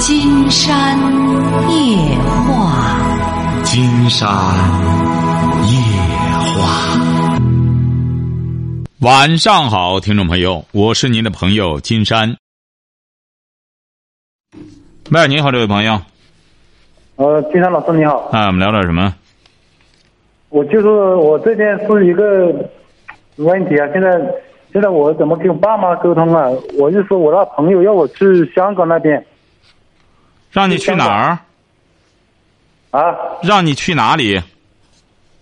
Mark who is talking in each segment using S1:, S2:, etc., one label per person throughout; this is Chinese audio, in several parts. S1: 金山夜话，
S2: 金山夜话。晚上好，听众朋友，我是您的朋友金山。喂，你好，这位朋友。
S3: 呃，金山老师你好。
S2: 哎，我们聊点什么？
S3: 我就是我这边是一个问题啊，现在现在我怎么跟我爸妈沟通啊？我就说我那朋友要我去香港那边。
S2: 让你去哪儿？
S3: 啊？
S2: 让你去哪里？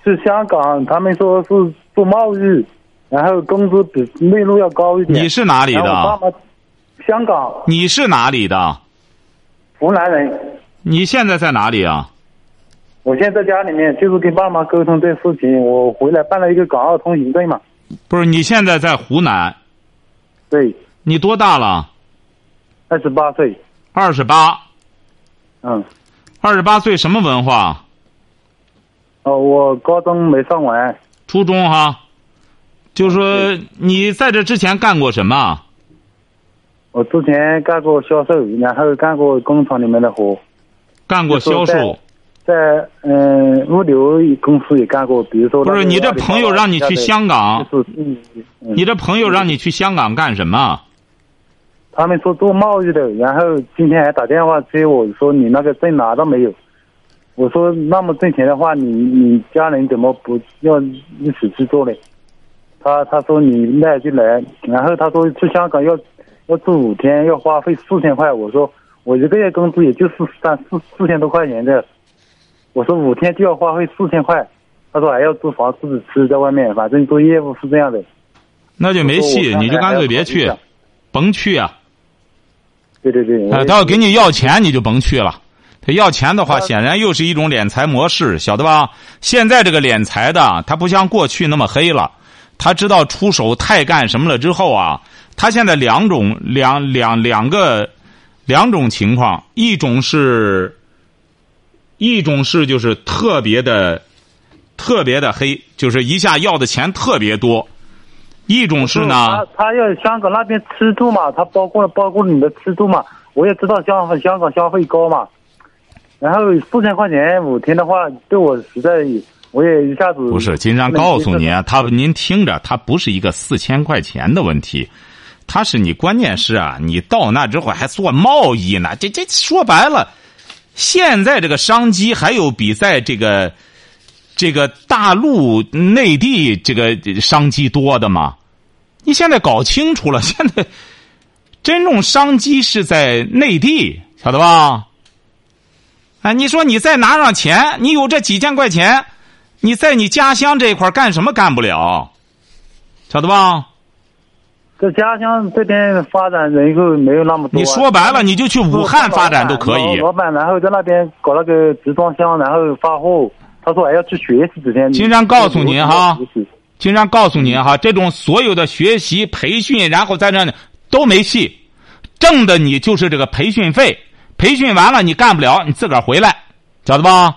S3: 去香港，他们说是做贸易，然后工资比内陆要高一点。
S2: 你是哪里的？
S3: 我爸妈香港。
S2: 你是哪里的？
S3: 湖南人。
S2: 你现在在哪里啊？
S3: 我现在在家里面，就是跟爸妈沟通这事情。我回来办了一个港澳通行证嘛。
S2: 不是，你现在在湖南。
S3: 对。
S2: 你多大了？
S3: 二十八岁。
S2: 二十八。
S3: 嗯，
S2: 二十八岁什么文化？
S3: 哦，我高中没上完，
S2: 初中哈，就
S3: 啊
S2: 说你在这之前干过什么？
S3: 我之前干过销售，然后干过工厂里面的活，
S2: 干过销售，
S3: 在嗯、呃、物流公司也干过，比如说
S2: 不是你这朋友让你去香港，
S3: 就是嗯、
S2: 你这朋友让你去香港干什么？
S3: 他们说做贸易的，然后今天还打电话催我说：“你那个证拿到没有？”我说：“那么挣钱的话，你你家人怎么不要一起去做呢？”他他说：“你来就来。”然后他说去香港要要住五天，要花费四千块。我说：“我一个月工资也就是三四四千多块钱的。”我说：“五天就要花费四千块。”他说：“还要租房自己吃，在外面，反正做业务是这样的。”
S2: 那就没戏，你就干脆别去，甭去啊！
S3: 对对对，
S2: 啊，他要给你要钱，你就甭去了。他要钱的话，显然又是一种敛财模式，晓得吧？现在这个敛财的，他不像过去那么黑了，他知道出手太干什么了之后啊，他现在两种两两两个两种情况，一种是，一种是就是特别的特别的黑，就是一下要的钱特别多。一种是呢，
S3: 嗯他他要香港那边吃住嘛，他包括包括你的吃住嘛，我也知道香香港消费高嘛，然后四千块钱五天的话，对我实在我也一下子
S2: 不是金山告诉您，他您听着，他不是一个四千块钱的问题，他是你关键是啊，你到那之后还做贸易呢，这这说白了，现在这个商机还有比在这个。这个大陆内地这个商机多的嘛，你现在搞清楚了， 现在真正商机是在内地，晓得吧？哎，你说你再拿上钱，你有这几千块钱，你在你家乡这一块干什么干不了，晓得吧？
S3: 这家乡这边发展人口没有那么多、啊。
S2: 你说白了，你就去武汉发展都可以。
S3: 老板，然后在那边搞那个集装箱，然后发货。他说还哎要去学习几天。
S2: 金山告诉您哈，金山告诉您哈，这种所有的学习培训，然后在这都没戏，挣的你就是这个培训费，培训完了你干不了，你自个儿回来，晓得吧？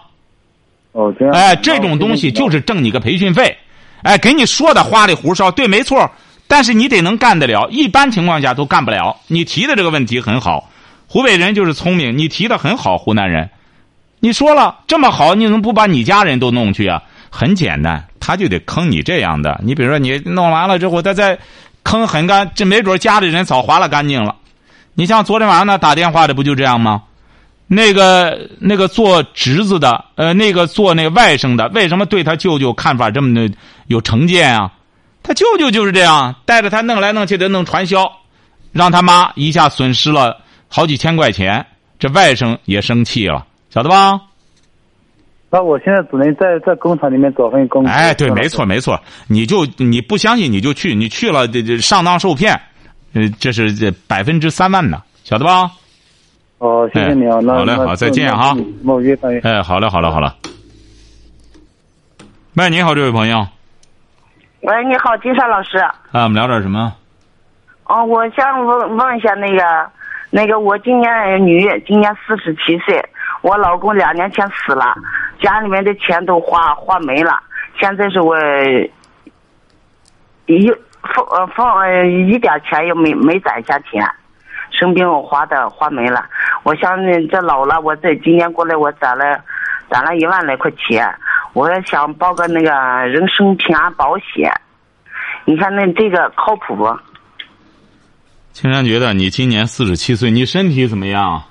S3: 哦，这样。
S2: 哎，这种东西就是挣你个培训费，哎，给你说的花里胡哨，对，没错，但是你得能干得了，一般情况下都干不了。你提的这个问题很好，湖北人就是聪明，你提的很好，湖南人。你说了这么好，你怎么不把你家人都弄去啊？很简单，他就得坑你这样的。你比如说，你弄完了之后，他再坑很干，这没准家里人早划拉干净了。你像昨天晚上那打电话的，不就这样吗？那个那个做侄子的，呃，那个做那个外甥的，为什么对他舅舅看法这么的有成见啊？他舅舅就是这样，带着他弄来弄去的弄传销，让他妈一下损失了好几千块钱，这外甥也生气了。晓得吧？
S3: 那我现在只能在在工厂里面找份工。
S2: 哎，对，没错，没错。你就你不相信你就去，你去了这这上当受骗，呃，这是这百分之三万呢，晓得吧？
S3: 哦，谢谢你啊，哎、那
S2: 好嘞，好，再见啊哈。
S3: 我约到。
S2: 哎，好嘞，好嘞，好了。喂，你好，这位朋友。
S4: 喂，你好，金山老师。啊，
S2: 我们聊点什么？
S4: 哦，我想问问一下那个那个，我今年女，今年四十七岁。我老公两年前死了，家里面的钱都花花没了。现在是我呃一分呃分一点钱也没没攒下钱，生病我花的花没了。我想你这老了，我这今年过来我攒了，攒了一万来块钱，我想报个那个人身平安保险，你看那这个靠谱不？
S2: 青山觉得你今年四十七岁，你身体怎么样啊？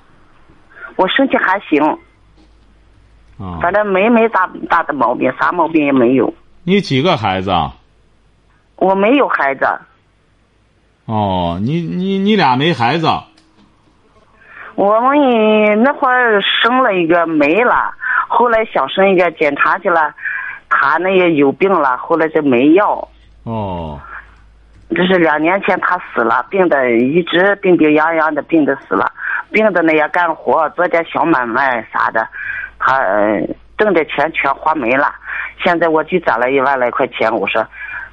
S4: 我身体还行，
S2: 啊
S4: 反正没没大大的毛病，啥毛病也没有。
S2: 你几个孩子啊？
S4: 我没有孩子，
S2: 哦，你你你俩没孩子？
S4: 我们也那会儿生了一个没了，后来想生一个，检查去了，他那个有病了，后来就没要。
S2: 哦，
S4: 这是两年前他死了，病的一直病病殃殃的，病的死了，病的呢也干活，做点小买卖啥的，他、呃、挣的钱全花没了。现在我就攒了一万来块钱，我说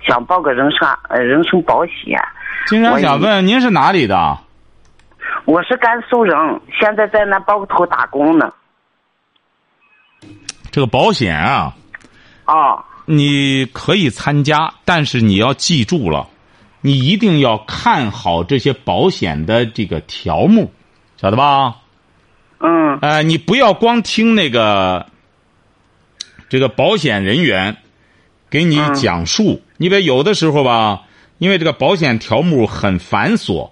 S4: 想报个人身呃人身保险，
S2: 青山想问您是哪里的？
S4: 我是甘肃人，现在在那包头打工呢。
S2: 这个保险啊，
S4: 哦，
S2: 你可以参加，但是你要记住了，你一定要看好这些保险的这个条目，晓得吧？
S4: 嗯
S2: 呃，你不要光听那个这个保险人员给你讲述，因为有的时候吧，因为这个保险条目很繁琐，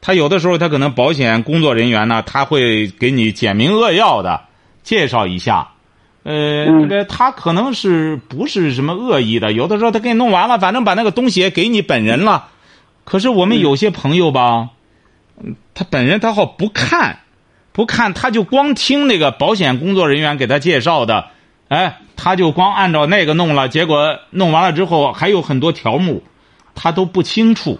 S2: 他有的时候他可能保险工作人员呢，他会给你简明扼要的介绍一下。呃，
S4: 嗯
S2: 这他可能是不是什么恶意的？有的时候他给你弄完了，反正把那个东西也给你本人了。可是我们有些朋友吧，嗯他本人他好不看，不看，他就光听那个保险工作人员给他介绍的，哎，他就光按照那个弄了，结果弄完了之后还有很多条目，他都不清楚，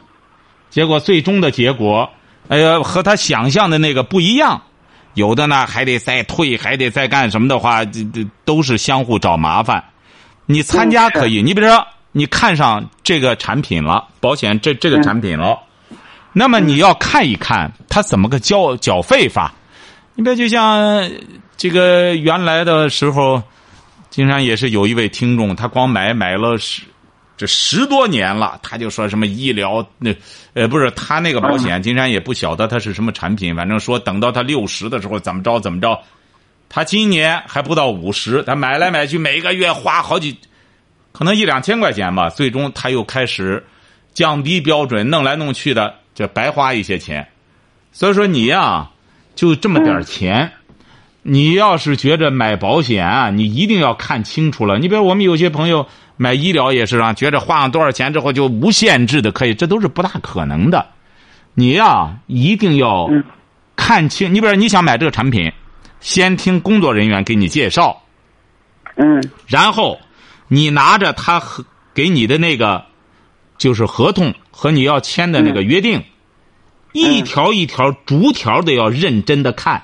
S2: 结果最终的结果，哎呀，和他想象的那个不一样，有的呢还得再退，还得再干什么的话，这这都是相互找麻烦。你参加可以，你比如说你看上这个产品了，保险这这个产品了，那么你要看一看他怎么个交缴费法。你别就像这个原来的时候，经常也是有一位听众，他光买买了十这十多年了，他就说什么医疗那呃不是他那个保险，金山也不晓得他是什么产品，反正说等到他六十的时候怎么着怎么着，他今年还不到五十，他买来买去每个月花好几，可能一两千块钱吧，最终他又开始降低标准，弄来弄去的，这白花一些钱。所以说你呀、就这么点儿钱。你要是觉着买保险啊，你一定要看清楚了。你比如我们有些朋友买医疗也是啊，觉着花上多少钱之后就无限制的可以，这都是不大可能的。你呀、一定要
S4: 嗯
S2: 看清。你比如你想买这个产品，先听工作人员给你介绍，
S4: 嗯
S2: 然后你拿着他和给你的那个就是合同和你要签的那个约定，一条一条逐条的要认真的看。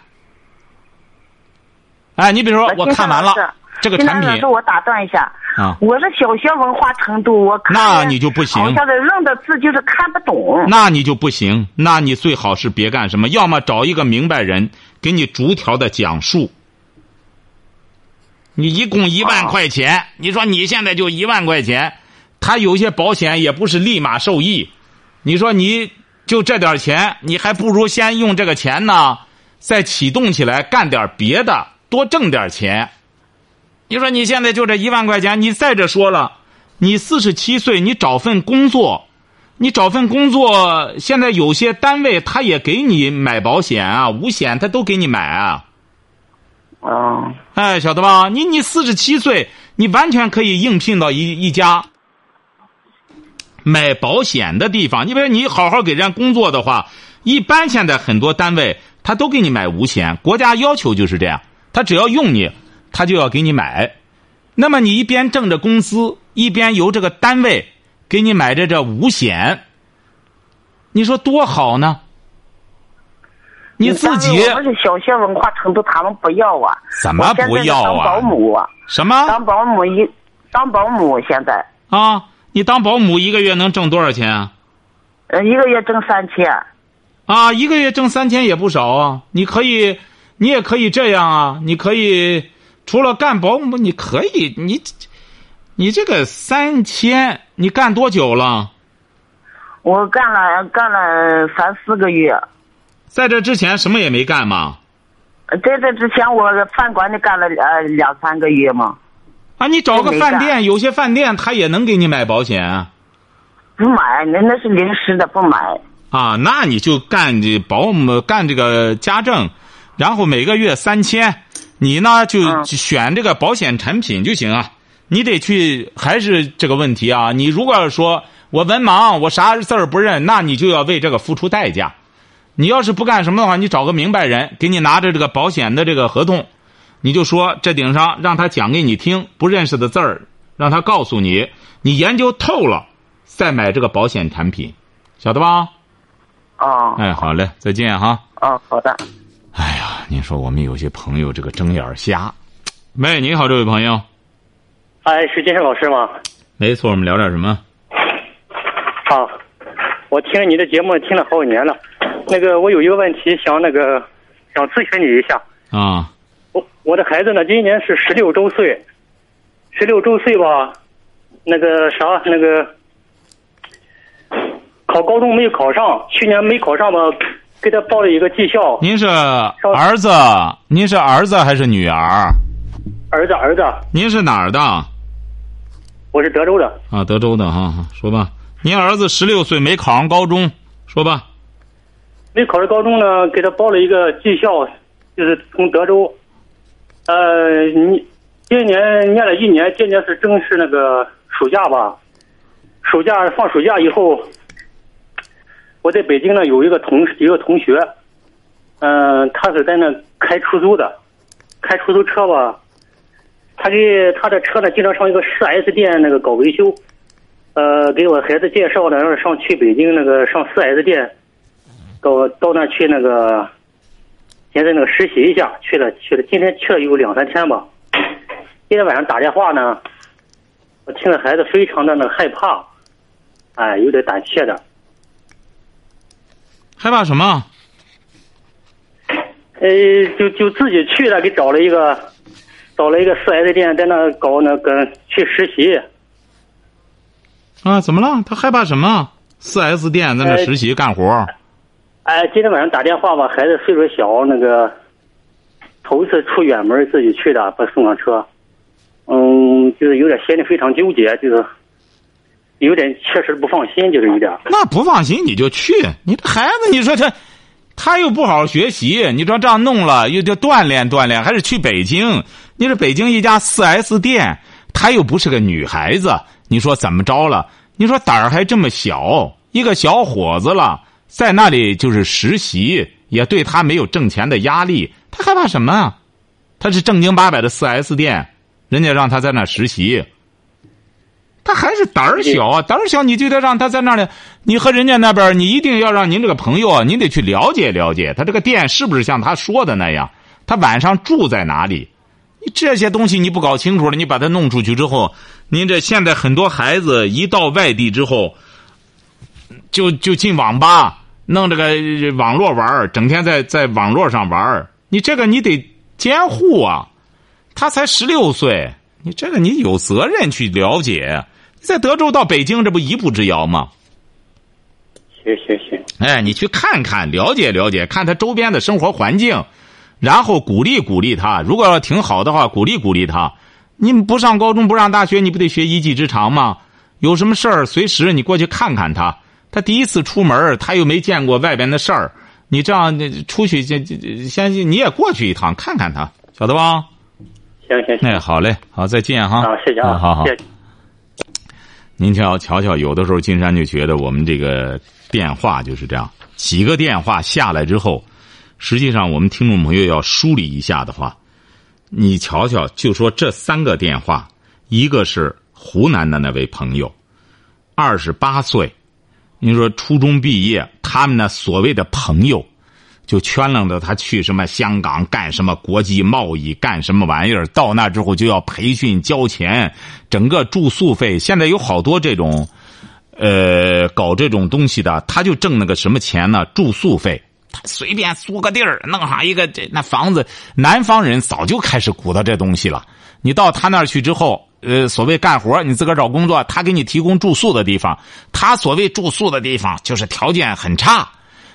S2: 哎，你比如说，我看完了这个产
S4: 老师，
S2: 品
S4: 我打断一下，
S2: 啊，
S4: 我是小学文化程度，我看
S2: 那你就不行
S4: 好像是认的字就是看不懂。
S2: 那你就不行，那你最好是别干什么，要么找一个明白人给你逐条的讲述。你一共一万块钱，你说你现在就一万块钱，他有些保险也不是立马受益，你说你就这点钱，你还不如先用这个钱呢，再启动起来干点别的，多挣点钱。你说你现在就这一万块钱，你再者说了，你四十七岁，你找份工作，你找份工作，现在有些单位他也给你买保险啊，五险他都给你买啊，
S4: 嗯
S2: 哎，晓得吧？你你四十七岁，你完全可以应聘到一一家买保险的地方。因为你好好给人家工作的话，一般现在很多单位他都给你买五险，国家要求就是这样，他只要用你，他就要给你买。那么你一边挣着工资，一边由这个单位给你买着这五险，你说多好呢？你自己
S4: 但是我们是小学文化程度，他们不要啊。
S2: 怎么不要
S4: 我现在是当保
S2: 啊？
S4: 姆啊，
S2: 什么？
S4: 当保姆一当保姆现在，
S2: 啊，你当保姆一个月能挣多少钱啊？
S4: 呃，一个月挣三千。
S2: 啊，一个月挣三千也不少啊。你可以，你也可以这样啊。你可以除了干保姆，你可以你，你这个三千，你干多久了？
S4: 我干了干了三四个月，
S2: 在这之前什么也没干嘛？
S4: 呃在这之前，我饭馆里干了呃两三个月嘛，
S2: 啊，你找个
S4: 没
S2: 饭
S4: 干
S2: 店，有些饭店他也能给你买保险啊，
S4: 不买，那那是临时的，不买。
S2: 啊那你就干这保姆，干这个家政，然后每个月三千，你呢就
S4: 嗯
S2: 选这个保险产品就行啊。你得去，还是这个问题啊？你如果要说我文盲，我啥字儿不认，那你就要为这个付出代价。你要是不干什么的话，你找个明白人，给你拿着这个保险的这个合同，你就说这顶上让他讲给你听，不认识的字儿，让他告诉你，你研究透了，再买这个保险产品，晓得吧？
S4: 哦
S2: 哎，好嘞，再见哈。
S4: 哦，好的。
S2: 哎呀，您说我们有些朋友这个睁眼儿瞎。喂，你好，这位朋友，
S5: 哎，是金山老师吗？
S2: 没错，我们聊点什么？
S5: 啊，我听你的节目听了好几年了。那个，我有一个问题想那个想咨询你一下。
S2: 啊，
S5: 我我的孩子呢，今年是十六周岁，十六周岁吧，那个啥那个考高中没有考上，去年没考上吧，给他报了一个技校。
S2: 您是儿子？您是儿子还是女儿？
S5: 儿子儿子，
S2: 您是哪儿的？
S5: 我是德州的，
S2: 啊，德州的哈，说吧，您儿子十六岁没考上高中，说吧，
S5: 没考上高中呢，给他报了一个技校，就是从德州。呃，你今年念了一年，今年是正是那个暑假吧？暑假放暑假以后，我在北京呢有一个同一个同学，嗯、他是在那开出租的，开出租车吧。他给他的车呢，经常上一个四 S 店那个搞维修，呃，给我孩子介绍呢，让上去北京那个上四 S 店到到那儿去那个，现在那个实习一下，去了去了，今天去了有两三天吧。今天晚上打电话呢，我听着孩子非常的那个害怕，哎，有点胆怯的，
S2: 害怕什么？
S5: 呃，就就自己去了，给找了一个，找了一个四 S 店，在那儿搞那个去实习，
S2: 啊，怎么了？他害怕什么？四 S 店在那
S5: 呃
S2: 实习干活儿，
S5: 哎，今天晚上打电话吧，孩子岁数小，那个头一次出远门自己去的，把送上车。嗯，就是有点心里非常纠结，就是有点确实不放心，就是有点。
S2: 那不放心你就去，你这孩子，你说这，他又不好好学习，你说这样弄了又得锻炼锻炼，还是去北京？你这北京一家四 S 店，她又不是个女孩子，你说怎么着了？你说胆儿还这么小，一个小伙子了，在那里就是实习，也对他没有挣钱的压力，他害怕什么啊？他是正经八百的四 S 店，人家让他在那实习，他还是胆儿小啊，胆儿小，你就得让他在那里，你和人家那边儿，你一定要让您这个朋友啊，您得去了解了解，他这个店是不是像他说的那样，他晚上住在哪里，你这些东西你不搞清楚了，你把他弄出去之后，您这现在很多孩子一到外地之后，就就进网吧弄这个呃网络玩儿，整天在在网络上玩儿，你这个你得监护啊。他才十六岁，你这个你有责任去了解。你在德州到北京，这不一步之遥吗？
S5: 行行行，
S2: 哎，你去看看，了解了解，看他周边的生活环境，然后鼓励鼓励他。如果要挺好的话，鼓励鼓励他。你不上高中，不上大学，你不得学一技之长吗？有什么事儿，随时你过去看看他。他第一次出门，他又没见过外边的事儿，你这样你出去，这这这先你也过去一趟，看看他，晓得吧？
S5: 行行行
S2: 哎，好嘞，好，再见哈。
S5: 啊，谢谢啊，
S2: 嗯好好
S5: 谢。谢。
S2: 您瞧，瞧瞧，有的时候金山就觉得我们这个电话就是这样，几个电话下来之后，实际上我们听众朋友要梳理一下的话，你瞧瞧，就说这三个电话，一个是湖南的那位朋友，二十八岁，您说初中毕业，他们那所谓的朋友，就圈楞着他去什么香港干什么国际贸易干什么玩意儿，到那之后就要培训交钱，整个住宿费。现在有好多这种，呃，搞这种东西的，他就挣那个什么钱呢？住宿费。他随便租个地儿，弄上一个这那房子，南方人早就开始鼓捣这东西了。你到他那儿去之后，呃，所谓干活，你自个儿找工作，他给你提供住宿的地方，他所谓住宿的地方就是条件很差。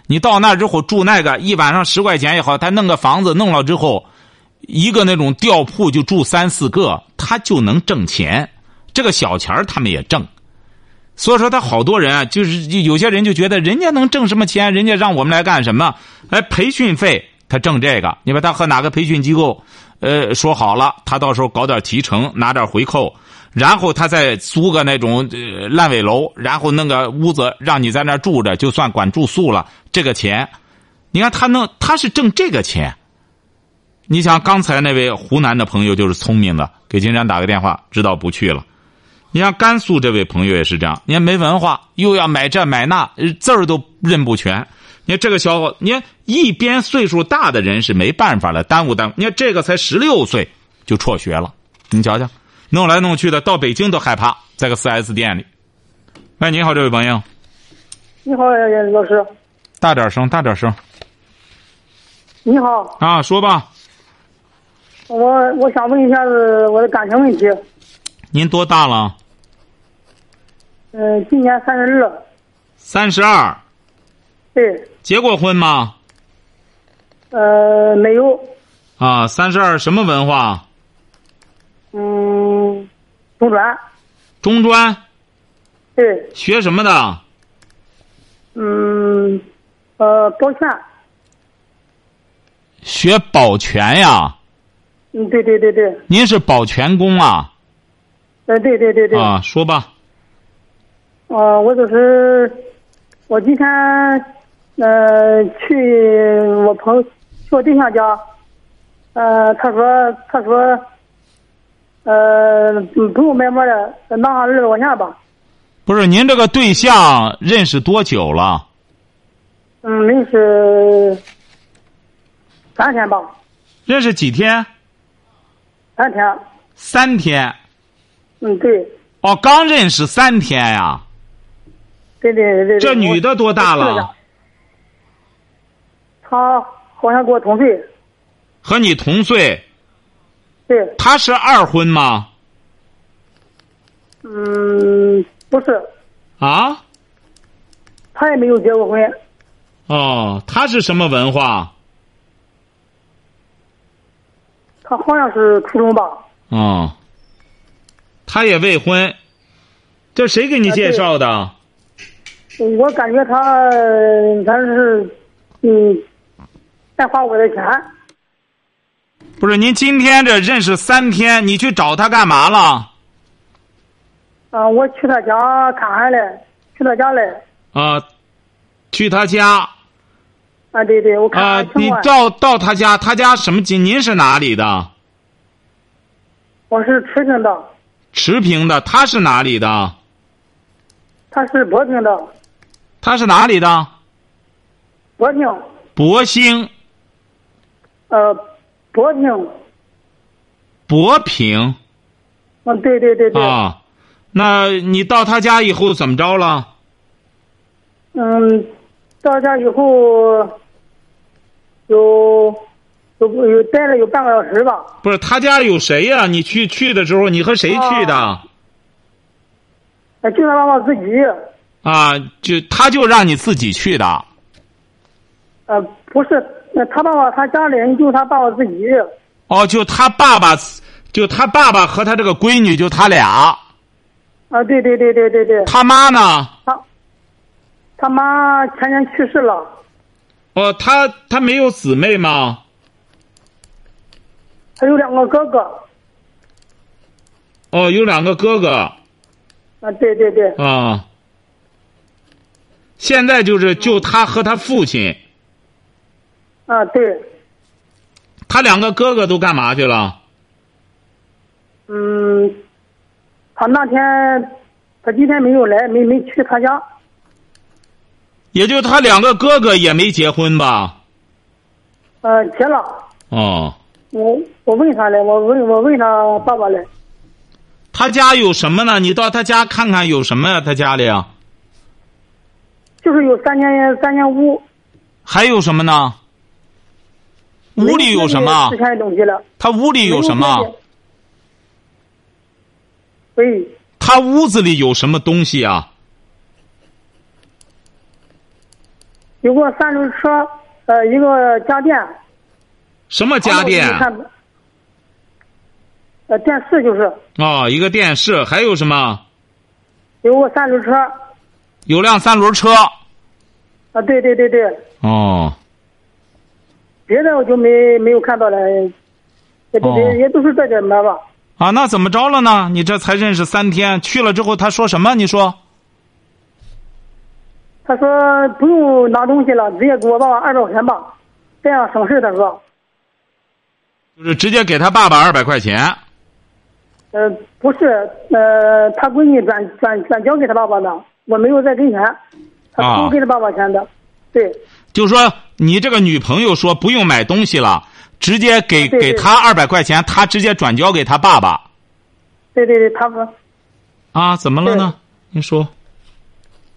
S2: 你到那之后住那个一晚上十块钱也好，他弄个房子弄了之后，一个那种吊铺就住三四个，他就能挣钱。这个小钱儿他们也挣，所以说他好多人啊，就是就有些人就觉得人家能挣什么钱，人家让我们来干什么？哎，培训费他挣这个，你把他和哪个培训机构呃说好了，他到时候搞点提成，拿点回扣。然后他再租个那种、呃、烂尾楼，然后弄个屋子让你在那儿住着，就算管住宿了。这个钱，你看他弄，他是挣这个钱。你想刚才那位湖南的朋友就是聪明的，给金山打个电话，知道不去了。你像甘肃这位朋友也是这样，你看没文化，又要买这买那，字儿都认不全。你看这个小伙，你看一边岁数大的人是没办法了，耽误耽误。你看这个才十六岁就辍学了，你瞧瞧。弄来弄去的，到北京都害怕，在个 4S 店里。喂，你好，这位朋友。
S6: 你好，杨老师。
S2: 大点声，大点声。
S6: 你好，
S2: 啊，说吧，
S6: 我我想问一下子我的感情问题。
S2: 您多大了？
S6: 嗯、今年三十二，
S2: 三十二。
S6: 对，
S2: 结过婚吗？
S6: 呃，没有，
S2: 啊，三十二什么文化？
S6: 嗯，中专，
S2: 中专，
S6: 对，
S2: 学什么的？
S6: 嗯，呃，保全，
S2: 学保全呀？
S6: 嗯，对对对对，
S2: 您是保全工啊？
S6: 呃，对对对对，
S2: 啊，说吧。
S6: 呃，我就是，我今天，呃，去我朋友去我对象家，呃，他说他说，呃，不不用买馍了，拿上二十块钱吧，
S2: 不是，您这个对象认识多久了？
S6: 嗯，那是三天吧，
S2: 认识几天？
S6: 三天，
S2: 三天。
S6: 嗯，对，
S2: 哦，刚认识三天呀、
S6: 对对对对。
S2: 这女的多大
S6: 我试
S2: 了
S6: 下？她好像跟我同岁，
S2: 和你同岁，
S6: 对，
S2: 她是二婚吗？
S6: 嗯，不是，
S2: 啊？
S6: 她也没有结过婚，
S2: 哦，她是什么文化？
S6: 她好像是初中吧，
S2: 哦，她也未婚，这谁给你介绍的？
S6: 我感觉她反正是，嗯，爱花我的钱，
S2: 不是，您今天这认识三天，你去找她干嘛了？
S6: 啊、我去她家看看来，去她家来，
S2: 啊，去她家
S6: 啊，对对，我看
S2: 啊
S6: 看，情
S2: 你
S6: 况，
S2: 到到她家，她家什么街？您是哪里的？
S6: 我是持平的，
S2: 持平的，她是哪里的？
S6: 她是博平的，
S2: 她是哪里的？
S6: 博平，
S2: 博兴，
S6: 呃，博平，
S2: 博平
S6: 嗯，对对对对，
S2: 啊。那你到她家以后怎么着了？
S6: 嗯，到家以后有有有待了有半个小时吧。
S2: 不是他家有谁呀、你去去的时候，你和谁去的？
S6: 呃就他妈妈自己，
S2: 啊，就他就让你自己去的。
S6: 呃，不是，那他爸爸他家里人就他爸爸自己，
S2: 哦，就他爸爸，就他爸爸和他这个闺女，就他俩。
S6: 啊，对对对对对对，
S2: 他妈呢？
S6: 他他妈前年去世了，
S2: 哦，他他没有姊妹吗？
S6: 他有两个哥哥，
S2: 哦，有两个哥哥
S6: 啊，对对对，
S2: 啊。现在就是就他和他父亲，
S6: 啊对，
S2: 他两个哥哥都干嘛去了？
S6: 嗯，他那天他今天没有来，没没去他家，
S2: 也就他两个哥哥也没结婚吧？
S6: 呃，结了，
S2: 哦，
S6: 我我问他来，我问我问他爸爸来。
S2: 他家有什么呢？你到他家看看有什么呀？他家里啊，
S6: 就是有三间三间屋，
S2: 还有什么呢？屋里有什么
S6: 值？钱的东西了？
S2: 他屋里有什么？？
S6: 喂，
S2: 他屋子里有什么东西啊？
S6: 一个三轮车，呃，一个家电。
S2: 什么家电
S6: 然后我就看。呃，电视就是
S2: 哦，一个电视，还有什么？
S6: 有个三轮车，
S2: 有辆三轮车。
S6: 啊，对对对对，
S2: 哦，
S6: 别的我就没没有看到了，也都
S2: 哦
S6: 是也都是这点买吧。
S2: 啊，那怎么着了呢？你这才认识三天，去了之后他说什么？你说
S6: 他说不用拿东西了，直接给我爸爸二百块钱吧，这样省事。他说，
S2: 就是直接给他爸爸二百块钱。
S6: 呃，不是，呃，他闺女转转转交给他爸爸的，我没有在跟前，他
S2: 啊
S6: 都给他爸爸钱的，对，
S2: 就说你这个女朋友说不用买东西了，直接给
S6: 啊对
S2: 给
S6: 对
S2: 他二百块钱，他直接转交给他爸爸
S6: 对对对，他说，
S2: 啊？怎么了呢？你说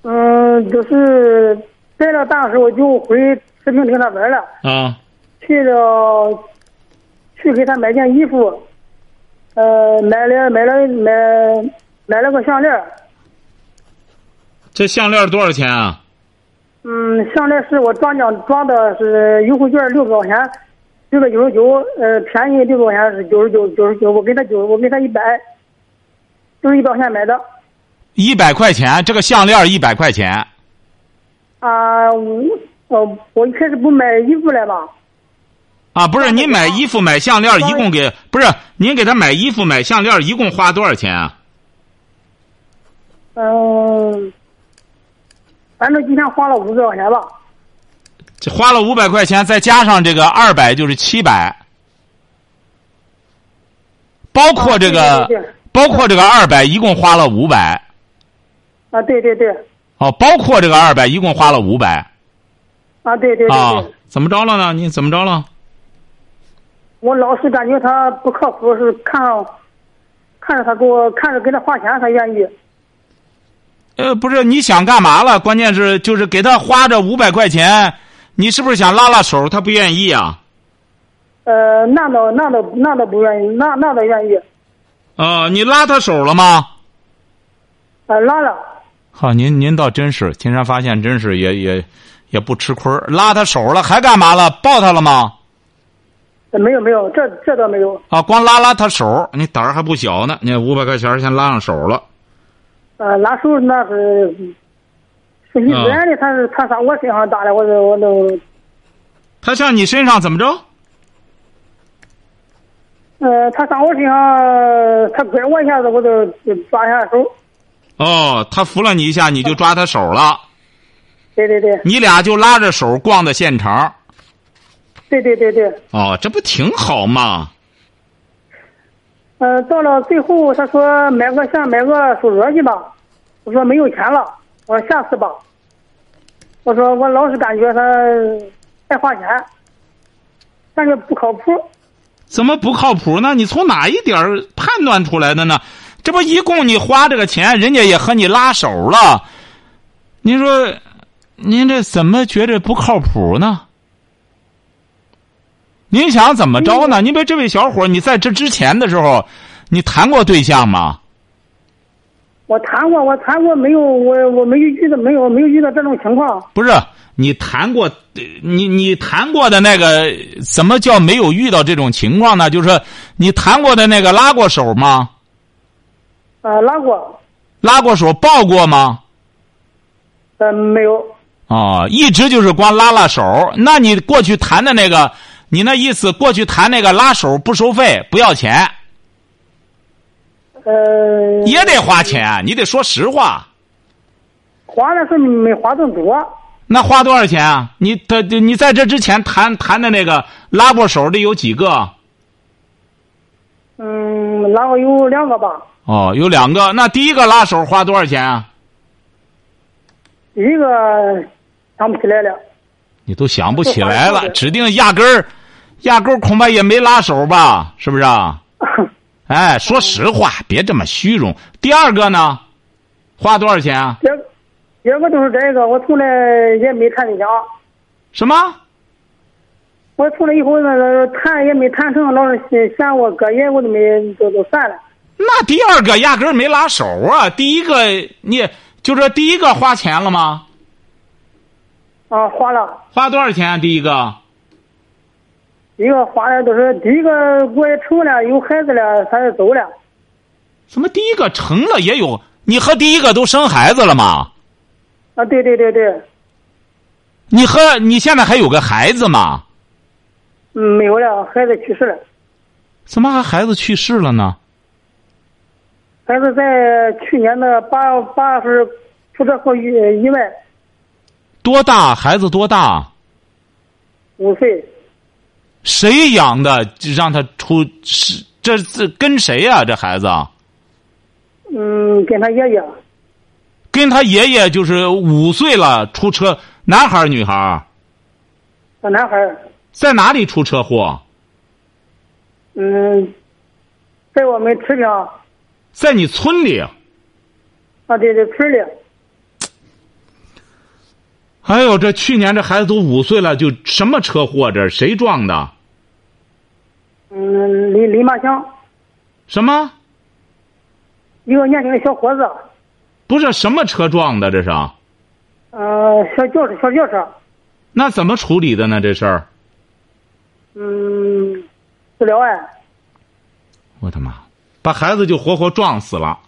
S6: 嗯，就是待了半个小时，我就回视频厅那玩了，
S2: 啊？
S6: 去了，去给他买件衣服，呃，买了买了买买了个项链儿，
S2: 这项链多少钱啊？
S6: 嗯，项链是我装奖装的是优惠券六百块钱，六百九十九，呃，便宜六百块钱是九十九九十九，我给他九，我给他一百，都是一百块钱买的。
S2: 一百块钱，这个项链一百块钱。
S6: 啊、我呃，我一开始不买衣服来吧，
S2: 啊，不是，你买衣服、买项链，一共给不是您给他买衣服、买项链，一共花多少钱啊？
S6: 嗯、反正今天花了五十块钱吧，
S2: 这花了五百块钱，再加上这个二百，就是七百，包括这个、
S6: 啊对对对
S2: 包括这个二百，一共花了五百。
S6: 啊，对对对，
S2: 哦，包括这个二百，一共花了五百
S6: 啊，对对对对，
S2: 啊？怎么着了呢？你怎么着了？
S6: 我老是感觉他不靠谱，是看上看着他给我看着给他花钱，他愿意。
S2: 呃，不是，你想干嘛了？关键是就是给他花这五百块钱，你是不是想拉拉手？他不愿意啊？
S6: 呃，那倒那倒那倒不愿意，那那倒愿意。
S2: 啊，你拉他手了吗？
S6: 呃，拉了，
S2: 好，您您倒真是，金山发现真是也也也不吃亏儿，拉他手了，还干嘛了？抱他了吗？
S6: 呃没有没有，这这倒没有。
S2: 啊，光拉拉他手儿，你胆儿还不小呢，你五百块钱儿先拉上手了。
S6: 呃，拉手那是是一自然的，他是他上我身上打的，我都我都
S2: 他上你身上怎么着？
S6: 呃，他上我身上，他拐我一下子，我都抓一下手。
S2: 哦，他扶了你一下，你就抓他手了，
S6: 对对对
S2: 你俩就拉着手逛的现场。
S6: 对对对对。
S2: 哦，这不挺好吗？
S6: 呃，到了最后，他说买个像买个手镯去吧，我说没有钱了，我说下次吧。我说我老是感觉他爱花钱，感觉不靠谱。
S2: 怎么不靠谱呢？你从哪一点儿判断出来的呢？这不一共你花这个钱，人家也和你拉手了，您说，您这怎么觉着不靠谱呢？您想怎么着呢？您别这位小伙儿，你在这之前的时候，你谈过对象吗？
S6: 我谈过，我谈过没有，我我没有遇到没有没有遇到这种情况。
S2: 不是，你谈过，呃你你谈过的那个，怎么叫没有遇到这种情况呢？就是你谈过的那个拉过手吗？
S6: 呃，拉过，
S2: 拉过手抱过吗？
S6: 呃，没有。
S2: 哦，一直就是光拉拉手儿。那你过去谈的那个，你那意思过去谈那个拉手儿不收费不要钱，
S6: 呃，
S2: 也得花钱，啊你得说实话。
S6: 花的是没花这么多，
S2: 那花多少钱啊？你他你在这之前谈谈的那个拉过手儿的有几个？
S6: 嗯，拉过有两个吧，
S2: 哦，有两个。那第一个拉手儿花多少钱啊？
S6: 一个想不起来了。
S2: 你都想不起来
S6: 就花
S2: 了，
S6: 了
S2: 指定压根儿，压根儿恐怕也没拉手儿吧？是不是啊？哎，说实话，别这么虚荣。第二个呢，花多少钱啊？
S6: 别别个都是这个，我从来也没谈对象，
S2: 什么？
S6: 我从来以后呢谈也没谈成，老是嫌嫌我哥爷，我都没都都散了。
S2: 那第二个压根儿没拉手啊，第一个你就说第一个花钱了吗？
S6: 啊，花了
S2: 花多少钱啊？第一个，
S6: 一个花了都是第一个我也成了，有孩子了，他就走了。
S2: 怎么第一个成了也有？你和第一个都生孩子了吗？
S6: 啊，对对对对，
S2: 你和你现在还有个孩子吗？
S6: 嗯，没有了，孩子去世了，
S2: 怎么还孩子去世了呢？
S6: 孩子在去年的八八十出车祸意意外，
S2: 多大？孩子多大？
S6: 五岁，
S2: 谁养的？让他出是这这跟谁呀、这孩子
S6: 嗯，跟他爷爷，
S2: 跟他爷爷就是五岁了，出车男孩儿女孩儿
S6: 小男孩儿，
S2: 在哪里出车祸？
S6: 嗯，在我们村里啊，
S2: 在你村里。
S6: 啊对对村里，
S2: 哎呦，这去年这孩子都五岁了，就什么车祸？这是谁撞的？
S6: 嗯，林林马乡
S2: 什么？
S6: 一个年轻的小伙子，
S2: 不是什么车撞的？这是？啊
S6: 呃，小轿车小轿车，
S2: 那怎么处理的呢？这事儿？
S6: 嗯，治疗哎，
S2: 我的妈！把孩子就活活撞死了。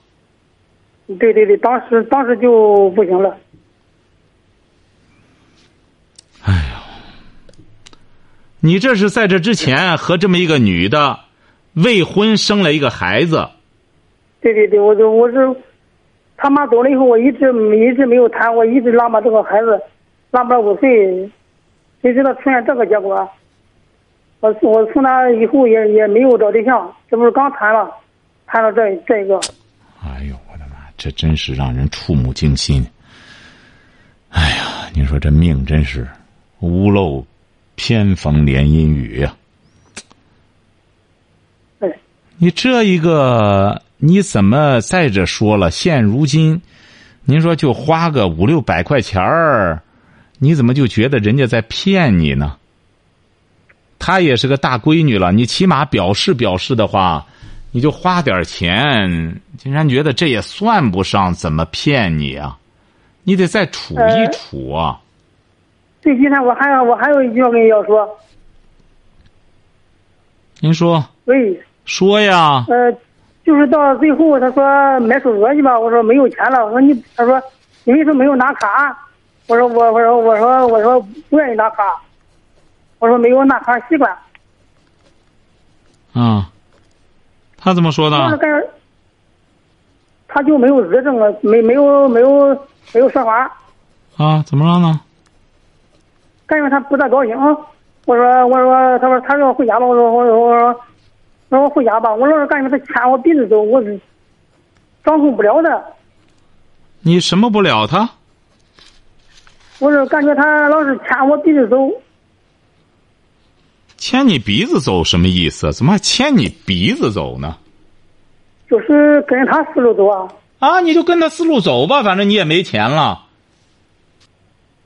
S6: 对对对，当时当时就不行了，
S2: 你这是在这之前和这么一个女的未婚生了一个孩子，
S6: 对对对，我就我是他妈走了以后，我一直一直没有谈，我一直拉把这个孩子，拉不到五岁，谁知道出现这个结果？我我从那以后也也没有找对象，这不是刚谈了，谈了这这一个，
S2: 哎呦，我的妈！这真是让人触目惊心。哎呀，你说这命真是屋漏偏逢连阴雨呀、
S6: 对，
S2: 你这一个，你怎么再者说了？现如今，您说就花个五六百块钱儿，你怎么就觉得人家在骗你呢？她也是个大闺女了，你起码表示表示的话，你就花点钱。竟然觉得这也算不上怎么骗你啊，你得再处一
S6: 呃
S2: 处啊。
S6: 对，今天我还有我还有一句话跟你要说，
S2: 您说
S6: 喂，
S2: 说呀？
S6: 呃，就是到最后他说买手镯去吧，我说没有钱了，我说你，他说你为什么没有拿卡？我说我我说我说我说不愿意拿卡，我说没有拿卡习惯，
S2: 啊，他怎么说
S6: 就是
S2: 的？
S6: 跟人他就没有资证了，没没有没有没有说话，
S2: 啊，怎么了呢？
S6: 感觉他不大高兴。我说我说他说他说回家吧，我说我说我说我说回家吧，我老是感觉他牵我鼻子走，我是掌控不了的。
S2: 你什么不了他？
S6: 我是感觉他老是牵我鼻子走，
S2: 牵你鼻子走什么意思？怎么还牵你鼻子走呢？
S6: 就是跟着他思路走啊。
S2: 啊，你就跟他思路走吧，反正你也没钱了，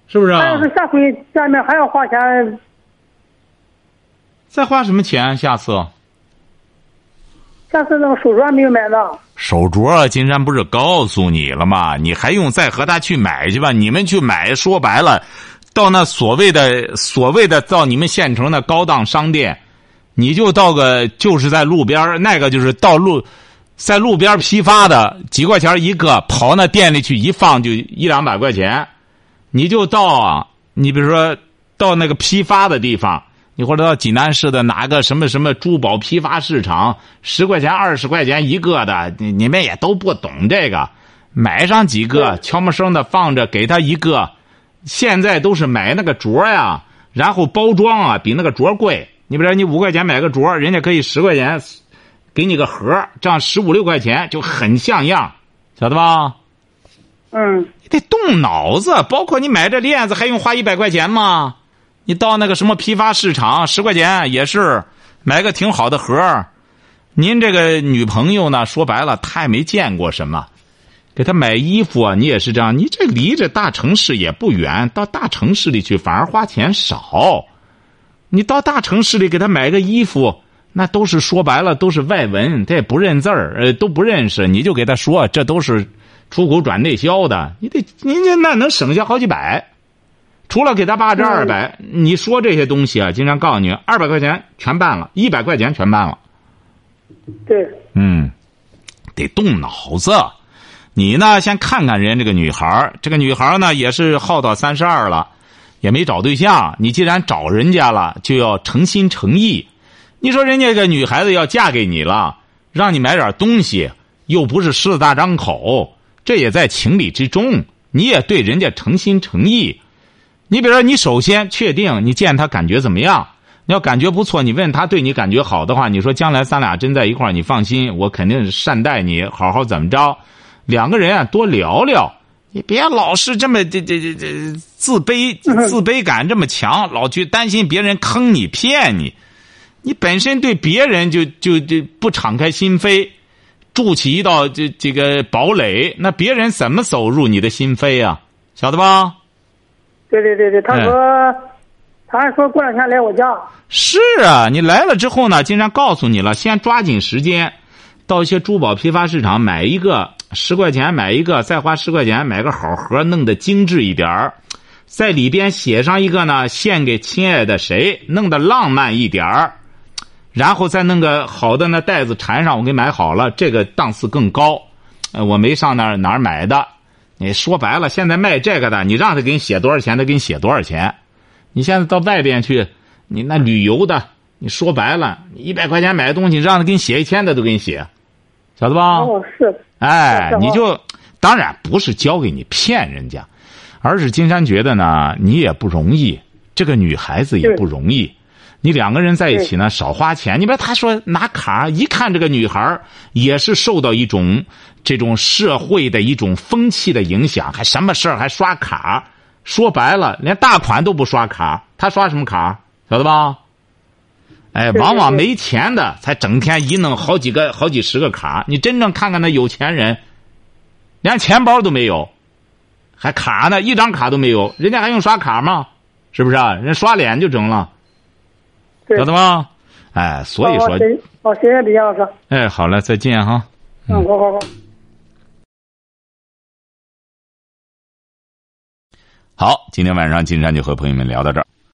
S2: 是不是啊？
S6: 他要是下回见面还要花钱，
S2: 再花什么钱？下次
S6: 下次那个手镯没有买呢。
S2: 手镯啊，金山不是告诉你了吗？你还用再和他去买去吧？你们去买，说白了，到那所谓的所谓的到你们县城的高档商店，你就到个就是在路边儿那个就是到路，在路边儿批发的几块钱一个，跑那店里去一放就一两百块钱，你就到啊，你比如说到那个批发的地方。你或者到济南市的哪个什么什么珠宝批发市场，十块钱二十块钱一个的，你你们也都不懂这个，买上几个，悄没声的放着，给他一个。现在都是买那个镯呀，然后包装啊，比那个镯贵。你比如说，你五块钱买个镯，人家可以十块钱给你个盒，这样十五六块钱就很像样，晓得吧？
S6: 嗯，
S2: 你得动脑子，包括你买这链子还用花一百块钱吗？你到那个什么批发市场，十块钱也是买个挺好的盒儿。您这个女朋友呢，说白了，她也没见过什么，给她买衣服啊，你也是这样。你这离着大城市也不远，到大城市里去反而花钱少。你到大城市里给她买个衣服，那都是说白了都是外文，他也不认字儿，呃，都不认识，你就给他说这都是出口转内销的，你得人家那能省下好几百。除了给他爸这二百，你说这些东西啊，经常告诉你，二百块钱全办了，一百块钱全办了。
S6: 对，
S2: 嗯，得动脑子。你呢，先看看人家这个女孩儿这个女孩儿呢也是耗到三十二了，也没找对象。你既然找人家了，就要诚心诚意。你说人家这个女孩子要嫁给你了，让你买点东西，又不是狮子大张口，这也在情理之中。你也对人家诚心诚意。你比如说，你首先确定你见他感觉怎么样，你要感觉不错，你问他对你感觉好的话，你说将来咱俩真在一块儿，你放心，我肯定是善待你，好好怎么着。两个人啊，多聊聊，你别老是这么这这这这自卑自卑感这么强，老去担心别人坑你骗你。你本身对别人就就就不敞开心扉，筑起一道这这个堡垒，那别人怎么走入你的心扉啊？晓得吧？
S6: 对对对对，他
S2: 哎
S6: 说，他还说过两天来我家。
S2: 是啊，你来了之后呢，经常告诉你了，先抓紧时间，到一些珠宝批发市场买一个，十块钱买一个，再花十块钱买个好盒，弄得精致一点儿，在里边写上一个呢，献给亲爱的谁，弄得浪漫一点儿，然后再弄个好的那袋子缠上，我给买好了，这个档次更高，呃我没上那儿哪儿买的。你说白了，现在卖这个的，你让他给你写多少钱，他给你写多少钱。你现在到外边去，你那旅游的，你说白了，一百块钱买的东西，让他给你写一千的都给你写，晓得吧？
S6: 哦，是，
S2: 哎
S6: 是，哦
S2: 你就当然不是教给你骗人家，而是金山觉得呢，你也不容易，这个女孩子也
S6: 对
S2: 不容易。你两个人在一起呢，少花钱。你别他说拿卡，一看这个女孩儿也是受到一种这种社会的一种风气的影响，还什么事儿还刷卡。说白了，连大款都不刷卡，他刷什么卡？晓得吧？哎，
S6: 对
S2: 往往
S6: 对
S2: 没钱的才整天一弄好几个、好几十个卡。你真正看看那有钱人，连钱包都没有，还卡呢，一张卡都没有，人家还用刷卡吗？是不是啊？人刷脸就整了，
S6: 对
S2: 晓得吗？哎，所以
S6: 哦
S2: 说，
S6: 行，哦，谢谢李老师。
S2: 哎，好了，再见哈。
S6: 嗯，好好好。
S2: 好，今天晚上金山就和朋友们聊到这儿。